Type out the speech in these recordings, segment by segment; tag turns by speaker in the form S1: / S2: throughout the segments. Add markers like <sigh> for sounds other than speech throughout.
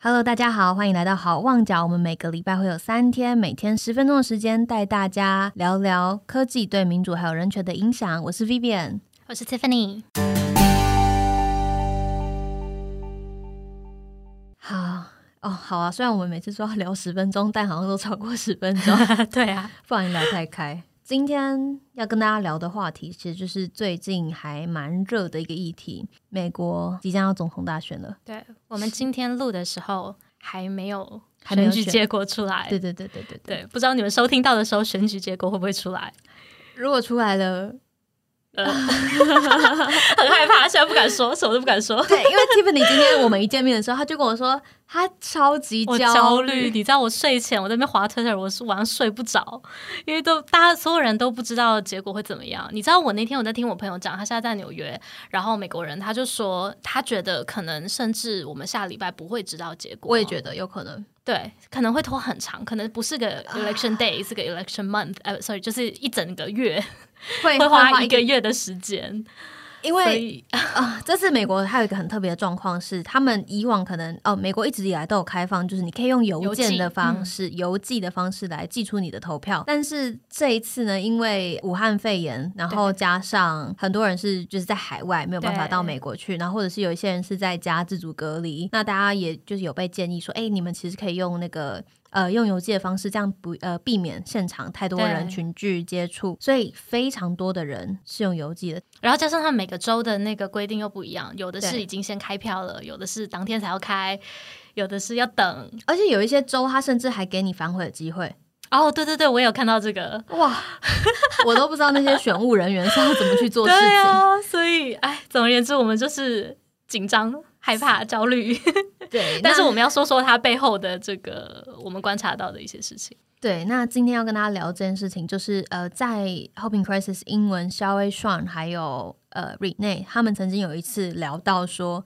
S1: Hello，大家好，欢迎来到好旺角。我们每个礼拜会有三天，每天十分钟的时间，带大家聊聊科技对民主还有人权的影响。我是 Vivian。
S2: 我是 Tiffany。
S1: 好哦，好啊。虽然我们每次说要聊十分钟，但好像都超过十分 <laughs> 钟，
S2: <laughs> 对啊，
S1: 不然聊太开。今天要跟大家聊的话题，其实就是最近还蛮热的一个议题——美国即将要总统大选了。
S2: 对我们今天录的时候还没有
S1: 还没有
S2: 选举
S1: 选
S2: 结果出来，
S1: 对对对对对对。
S2: 对，不知道你们收听到的时候选举结果会不会出来？
S1: 如果出来了，
S2: <laughs> 呃，很害怕，现在不敢说，什么都不敢 <laughs> 说。
S1: 对，因为 Tiffany 今天我们一见面的时候，他就跟我说他超级
S2: 我焦虑，你知道我睡前我在那边滑 Twitter，我是晚上睡不着，因为都大家所有人都不知道结果会怎么样。你知道我那天我在听我朋友讲，他现在在纽约，然后美国人他就说他觉得可能甚至我们下礼拜不会知道结果。
S1: 我也觉得有可能，
S2: 对，可能会拖很长，可能不是个 election day，、是个 election month，呃，sorry，就是一整个月，
S1: 会
S2: <laughs> 会花一
S1: 个
S2: 个，月的时间。
S1: 因
S2: 所
S1: 为
S2: 以
S1: 啊、这次美国还有一个很特别的状况是，他们以往可能哦，美国一直以来都有开放，就是你可以用邮
S2: 邮
S1: 件
S2: 寄
S1: 的方
S2: 嗯
S1: 式、邮寄的方式来寄出你的投票，但是这一次呢，因为武汉肺炎，然后
S2: 对
S1: 加上很多人是就是在海外没有办法
S2: 对
S1: 到美国去，然后或者是有一些人是在家自主隔离，那大家也就是有被建议说，哎、你们其实可以用那个呃用邮寄的方式，这样不呃避免现场太多人
S2: 对
S1: 群聚接触，所以非常多的人是用邮寄的。
S2: 然后加上他们每个州的那个规定又不一样，有的是
S1: 对
S2: 已经先开票了，有的是当天才要开，有的是要等。
S1: 而且有一些州，它甚至还给你反悔的机会。
S2: 哦，对对对，我有看到这个。
S1: 哇， <laughs> 我都不知道那些选务人员是要怎么去做
S2: <laughs> 对
S1: 事情。
S2: 啊，所以哎，总而言之，我们就是紧张、害怕、焦 <laughs> 虑，
S1: 对
S2: 但是
S1: 那
S2: 我们要说说它背后的这个我们观察到的一些事情。
S1: 对那今天要跟大家聊这件事情，就是呃，在《Hoping Crisis》英文 s h a w e Sean 还有呃 Rene 他们曾经有一次聊到说。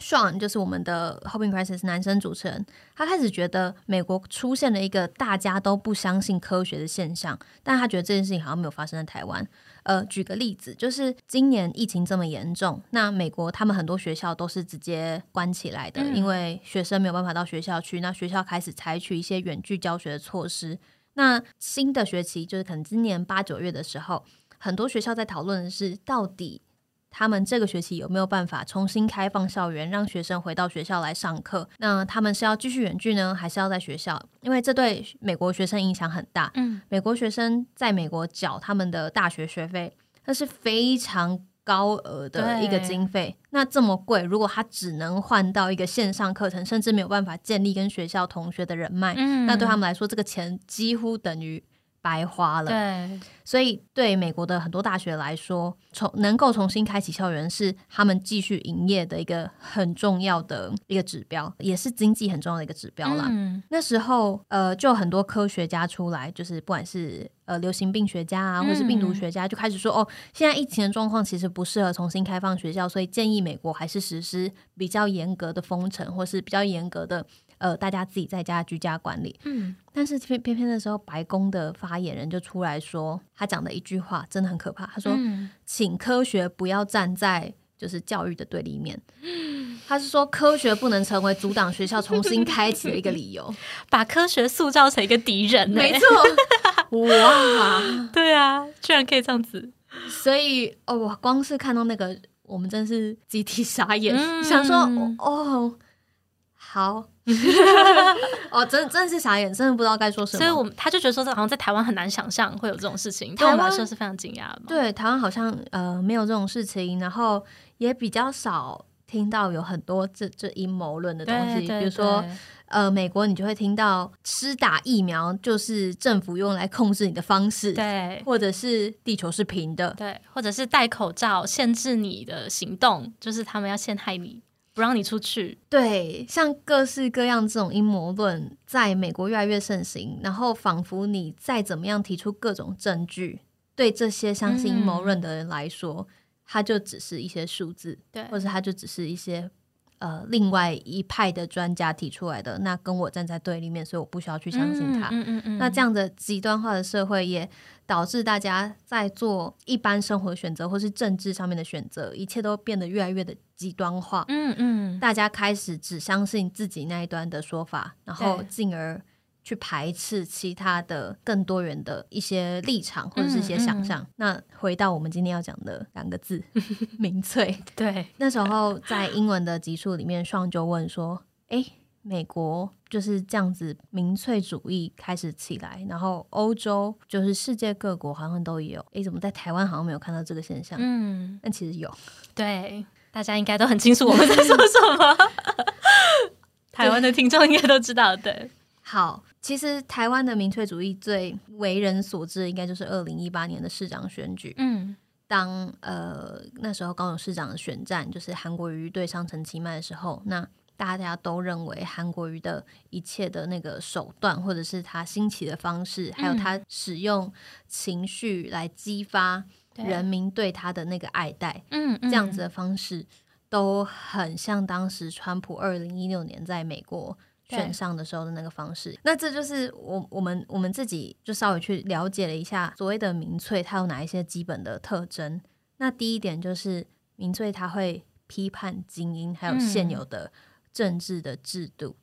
S1: Sean 就是我们的《Hoping Crisis》男生主持人，他开始觉得美国出现了一个大家都不相信科学的现象，但他觉得这件事情好像没有发生在台湾。呃，举个例子，就是今年疫情这么严重，那美国他们很多学校都是直接关起来的，
S2: 嗯
S1: 因为学生没有办法到学校去，那学校开始采取一些远距教学的措施。那新的学期就是可能今年八九月的时候，很多学校在讨论的是到底。他们这个学期有没有办法重新开放校园，让学生回到学校来上课？那他们是要继续远距呢，还是要在学校？因为这对美国学生影响很大。
S2: 嗯，
S1: 美国学生在美国缴他们的大学学费，那是非常高额的
S2: 对
S1: 一个经费。那这么贵，如果他只能换到一个线上课程，甚至没有办法建立跟学校同学的人脉，
S2: 嗯
S1: 那对他们来说，这个钱几乎等于白花了。
S2: 对
S1: 所以，对美国的很多大学来说，重能够重新开启校园是他们继续营业的一个很重要的一个指标，也是经济很重要的一个指标啦。
S2: 嗯
S1: 那时候，呃，就很多科学家出来，就是不管是呃流行病学家啊，或是病毒学家，就开始说，哦，现在疫情的状况其实不适合重新开放学校，所以建议美国还是实施比较严格的封城，或是比较严格的呃大家自己在家居家管理。
S2: 嗯，
S1: 但是偏偏偏那时候，白宫的发言人就出来说，他讲的一句话真的很可怕，他说，
S2: 嗯
S1: 请科学不要站在就是教育的对立面。他是说，科学不能成为阻挡学校重新开启的一个理由。
S2: 把科学塑造成一个敌人、
S1: <laughs>
S2: 欸
S1: 没，错，哇！
S2: 对啊，居然可以这样子，
S1: 所以哦，我光是看到那个，我们真是集体傻眼，
S2: 嗯
S1: 想说哦哦，好， <laughs> 哦，真真的是傻眼，真的不知道该说什么。
S2: 所以我们他就觉得说，好像在台湾很难想象会有这种事情，
S1: 台
S2: 对
S1: 湾
S2: 我们来说是非常惊讶的嘛。
S1: 对台湾好像呃没有这种事情，然后也比较少。听到有很多这这阴谋论的东西，
S2: 对
S1: 比如说，
S2: 对
S1: 呃，美国你就会听到施打疫苗就是政府用来控制你的方式，
S2: 对
S1: 或者是地球是平的，
S2: 对，或者是戴口罩限制你的行动，就是他们要陷害你，不让你出去。
S1: 对，像各式各样这种阴谋论，在美国越来越盛行，然后仿佛你再怎么样提出各种证据，对这些相信
S2: 嗯
S1: 阴谋论的人来说，它就只是一些数字，
S2: 对
S1: 或者它就只是一些呃另外一派的专家提出来的，那跟我站在对立面，所以我不需要去相信他。
S2: 嗯嗯嗯
S1: 那这样的极端化的社会，也导致大家在做一般生活选择或是政治上面的选择，一切都变得越来越的极端化。
S2: 嗯嗯，
S1: 大家开始只相信自己那一端的说法，然后
S2: 对
S1: 进而去排斥其他的更多元的一些立场或者是一些
S2: 嗯
S1: 想象。那回到我们今天要讲的两个
S2: <laughs>
S1: 字“民粹
S2: 对”，，
S1: 那时候在英文的集数里面，上就问说：“诶，美国就是这样子民粹主义开始起来，然后欧洲就是世界各国好像都有，诶，怎么在台湾好像没有看到这个现象？
S2: 嗯
S1: 但其实有。”
S2: 对，大家应该都很清楚我们在说什么。 <laughs> 台湾的听众应该都知道，对，
S1: 好，其实台湾的民粹主义最为人所知，应该就是二零一八年的市长选举。
S2: 嗯
S1: 当呃那时候高雄市长的选战，就是韩国瑜对上陈其迈的时候，那大家都认为韩国瑜的一切的那个手段，或者是他兴起的方式，还有他使用情绪来激发
S2: 对
S1: 人民对他的那个爱戴，
S2: 嗯
S1: 这样子，的方式，都很像当时川普二零一六年在美国
S2: 对
S1: 选上的时候的那个方式。那这就是我我们我们自己就稍微去了解了一下所谓的民粹，它有哪一些基本的特征。那第一点就是民粹，它会批判精英，还有
S2: 嗯
S1: 现有的政治的制度。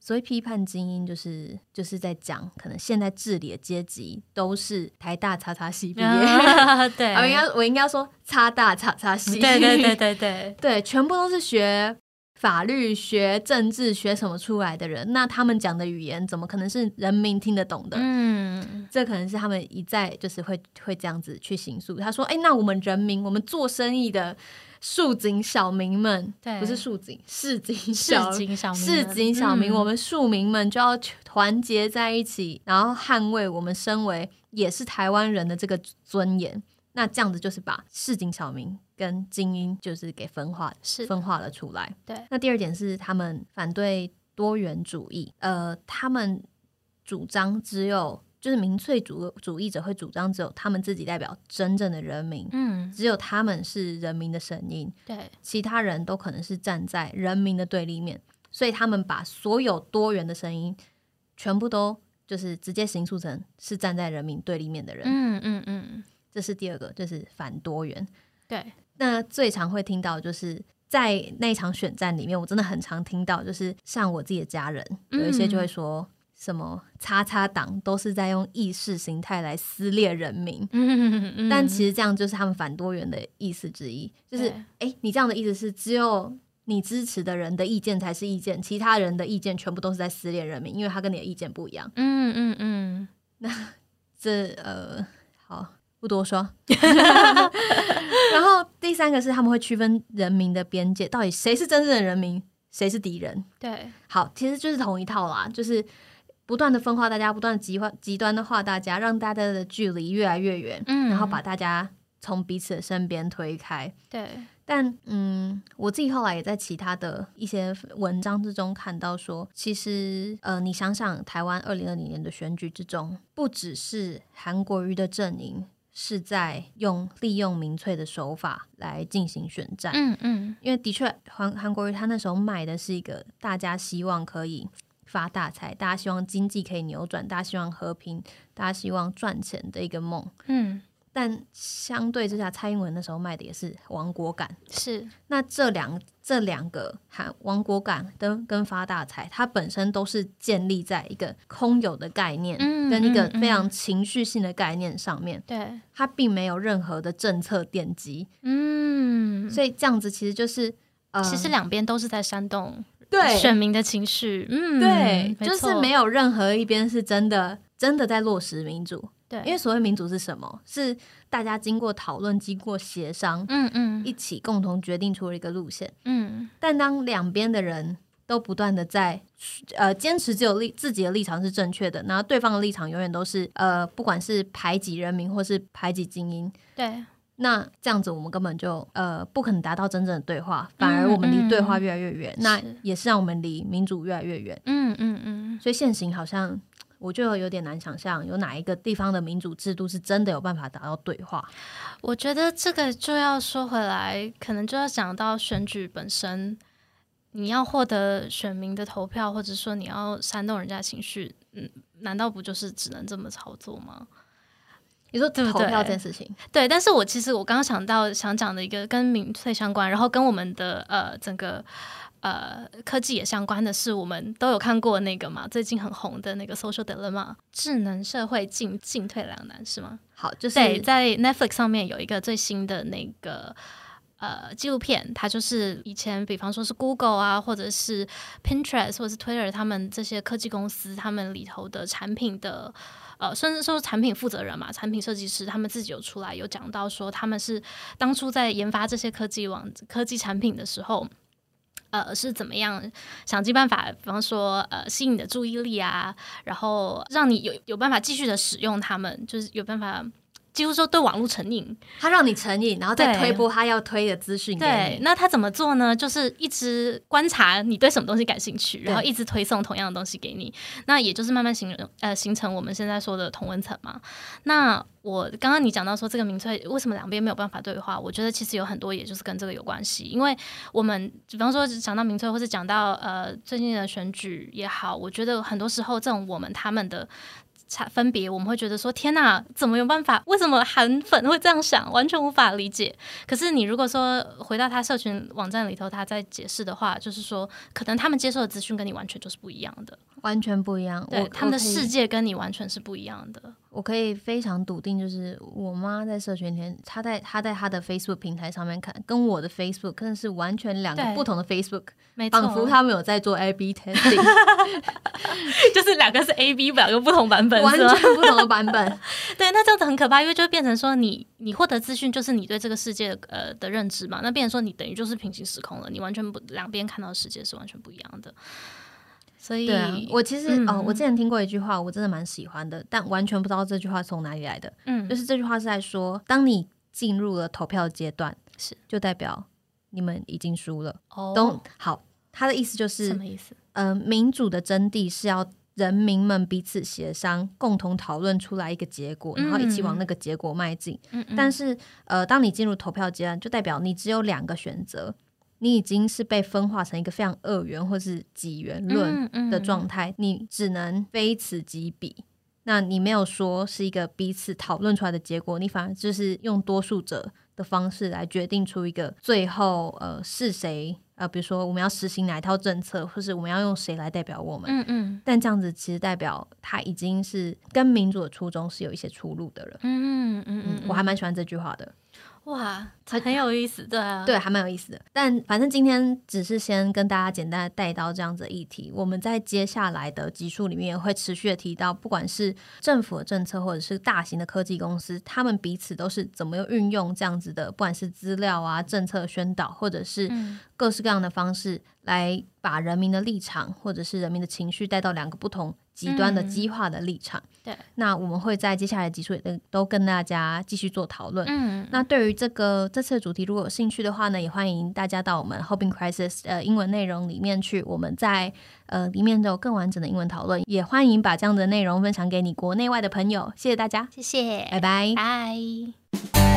S1: 所谓批判精英，就是就是在讲，可能现在治理的阶级都是台大叉叉系毕业，
S2: 啊 <laughs> 对，
S1: 我应该我应该说叉大叉叉系，
S2: 对对对对对，
S1: <laughs> 对，全部都是学法律、学政治、学什么出来的人，那他们讲的语言怎么可能是人民听得懂的？
S2: 嗯，
S1: 这可能是他们一再就是会会这样子去行诉。他说：“哎、那我们人民，我们做生意的市井小民们，
S2: 对
S1: 不是庶井，市井
S2: 市
S1: 小
S2: 井小民们，
S1: 市井小民，
S2: 嗯
S1: 我们庶民们就要团结在一起，然后捍卫我们身为也是台湾人的这个尊严。那这样子就是把市井小民跟精英就是给分化，
S2: 是
S1: 分化了出来。
S2: 对
S1: 那第二点是他们反对多元主义，呃，他们主张只有就是民粹主主义者会主张只有他们自己代表真正的人民，
S2: 嗯，
S1: 只有他们是人民的声音，
S2: 对，
S1: 其他人都可能是站在人民的对立面，所以他们把所有多元的声音全部都就是直接形塑成是站在人民对立面的人。
S2: 嗯嗯嗯，
S1: 这是第二个，就是反多元。
S2: 对，
S1: 那最常会听到就是在那一场选战里面，我真的很常听到，就是像我自己的家人，
S2: 嗯
S1: 有一些就会说什么“叉叉党”都是在用意识形态来撕裂人民。
S2: 嗯
S1: <laughs>
S2: 嗯，
S1: 但其实这样就是他们反多元的意思之一，就是
S2: 对
S1: 诶，你这样的意思是只有你支持的人的意见才是意见，其他人的意见全部都是在撕裂人民，因为他跟你的意见不一样。
S2: 嗯嗯嗯，
S1: 这呃，好，不多
S2: <laughs>
S1: 说。 <laughs> 然后第三个是他们会区分人民的边界，到底谁是真正的人民，谁是敌人。
S2: 对，
S1: 好，其实就是同一套啦，就是不断的分化大家，不断的极化极端的化大家，让大家的距离越来越远，
S2: 嗯
S1: 然后把大家从彼此的身边推开。
S2: 对，
S1: 但嗯，我自己后来也在其他的一些文章之中看到说，其实呃，你想想台湾二零二零年的选举之中，不只是韩国瑜的阵营是在用利用民粹的手法来进行选战，
S2: 嗯嗯，
S1: 因为的确韩韩国瑜他那时候卖的是一个大家希望可以。发大财，大家希望经济可以扭转，大家希望和平，大家希望赚钱的一个梦。
S2: 嗯，
S1: 但相对之下，蔡英文那时候卖的也是亡国感，
S2: 是，
S1: 那这两这两个韩王国感跟跟发大财，它本身都是建立在一个空有的概念，
S2: 嗯
S1: 跟一个
S2: 嗯
S1: 非常情绪性的概念上面，
S2: 对，
S1: 它并没有任何的政策奠基，
S2: 嗯，
S1: 所以这样子其实就是呃，
S2: 其实两边都是在煽动
S1: 对
S2: 选民的情绪，嗯，
S1: 对，就是
S2: 错
S1: 没有任何一边是真的真的在落实民主，
S2: 对，
S1: 因为所谓民主是什么？是大家经过讨论、经过协商，
S2: 嗯嗯
S1: 一起共同决定出了一个路线。
S2: 嗯，
S1: 但当两边的人都不断的在呃坚持只有立自己的立场是正确的，然后对方的立场永远都是呃不管是排挤人民或是排挤精英，
S2: 对，
S1: 那这样子我们根本就呃不可能达到真正的对话，反而我们
S2: 嗯
S1: 离对话越来越远，
S2: 是
S1: 那也是让我们离民主越来越远。
S2: 嗯嗯嗯，
S1: 所以现行好像。我就有点难想象，有哪一个地方的民主制度是真的有办法达到对话？
S2: 我觉得这个就要说回来，可能就要讲到选举本身。你要获得选民的投票，或者说你要煽动人家情绪，嗯，难道不就是只能这么操作吗？
S1: 你说
S2: 对不
S1: 投
S2: 对
S1: 票这件事情，
S2: 对，但是我其实我刚刚想到想讲的一个跟民粹相关，然后跟我们的呃整个呃科技也相关的是，我们都有看过那个嘛，最近很红的那个《Social Dilemma》智能社会进进退两难是吗？
S1: 好，就是
S2: 对，在 Netflix 上面有一个最新的那个。呃，纪录片，它就是以前，比方说是 Google 啊，或者是 Pinterest，或者是 Twitter，他们这些科技公司，他们里头的产品的，呃，甚至说是产品负责人嘛，产品设计师，他们自己有出来有讲到说，他们是当初在研发这些科技网科技产品的时候，呃，是怎么样想尽办法，比方说呃，吸引你的注意力啊，然后让你有有办法继续的使用它们，就是有办法。几乎说对网络成瘾，
S1: 他让你成瘾，然后再
S2: 对
S1: 推播他要推的资讯给
S2: 对，
S1: 你。
S2: 那他怎么做呢？就是一直观察你对什么东西感兴趣，然后
S1: 对
S2: 一直推送同样的东西给你，那也就是慢慢形容呃形成我们现在说的同温层嘛。那我刚刚你讲到说这个民粹为什么两边没有办法对话，我觉得其实有很多也就是跟这个有关系，因为我们比方说讲到民粹，或是讲到呃最近的选举也好，我觉得很多时候这种我们他们的。差分别，我们会觉得说：天呐，怎么有办法？为什么韩粉会这样想？完全无法理解。可是你如果说回到他社群网站里头，他在解释的话，就是说，可能他们接受的资讯跟你完全就是不一样的，
S1: 完全不一样。
S2: 对
S1: 我，
S2: 他们的世
S1: 界，
S2: 界跟你完全是不一样的。
S1: 我可以非常笃定，就是我妈在社群天，她在她在她的 Facebook 平台上面看，跟我的 Facebook 真的是完全两个
S2: 对
S1: 不同的 Facebook，
S2: 没错，
S1: 仿佛他们有在做
S2: <laughs>
S1: A/B testing，
S2: 就是两个是 A B 两个不同版本，
S1: 完
S2: 是
S1: 全
S2: 吗？
S1: 不同的版
S2: <laughs>
S1: 本。
S2: 对，那这样子很可怕，因为就会变成说你你获得资讯就是你对这个世界呃的认知嘛，那变成说你等于就是平行时空了，你完全不两边看到的世界是完全不一样的。所以，
S1: 对啊，我其实、哦，
S2: 嗯
S1: 我之前听过一句话，我真的蛮喜欢的，但完全不知道这句话从哪里来的。
S2: 嗯
S1: 就，是这句话是在说，当你进入了投票阶段，
S2: 是
S1: 就代表你们已经输了。
S2: 哦
S1: 懂、好，他的意思就
S2: 什
S1: 是，
S2: 么意思？
S1: 呃，民主的真谛是要人民们彼此协商，共同讨论出来一个结果，然后一起往那个结果迈进。
S2: 嗯嗯
S1: 但是，呃，当你进入投票阶段，就代表你只有两个选择，你已经是被分化成一个非常二元或是几元论。
S2: 嗯
S1: 的
S2: 嗯
S1: 状态，你只能非此即彼。那你没有说是一个彼此讨论出来的结果，你反而就是用多数者的方式来决定出一个最后呃是谁呃，比如说我们要实行哪一套政策，或是我们要用谁来代表我们。
S2: 嗯嗯
S1: 但这样子其实代表他已经是跟民主的初衷是有一些出入的了。
S2: 嗯嗯嗯
S1: 嗯，，我还蛮喜欢这句话的，
S2: 哇，很有意思，对啊，
S1: 对，还蛮有意思的。但反正今天只是先跟大家简单的带到这样子的议题，我们在接下来的集数里面也会持续的提到，不管是政府的政策或者是大型的科技公司，他们彼此都是怎么样运用这样子的，不管是资料啊、政策宣导，或者是
S2: 嗯
S1: 各式各样的方式，来把人民的立场或者是人民的情绪带到两个不同极端的
S2: 嗯
S1: 激化的立场。
S2: 对，
S1: 那我们会在接下来的集数也都都跟大家继续做讨论。
S2: 嗯，
S1: 那对于这个这次的主题，如果有兴趣的话呢，也欢迎大家到我们 Hoping Crisis 呃英文内容里面去，我们在呃里面都有更完整的英文讨论，也欢迎
S2: 哎
S1: 把这样的内容分享给你国内外的朋友，谢谢大家，
S2: 谢谢，
S1: 拜拜。
S2: 拜。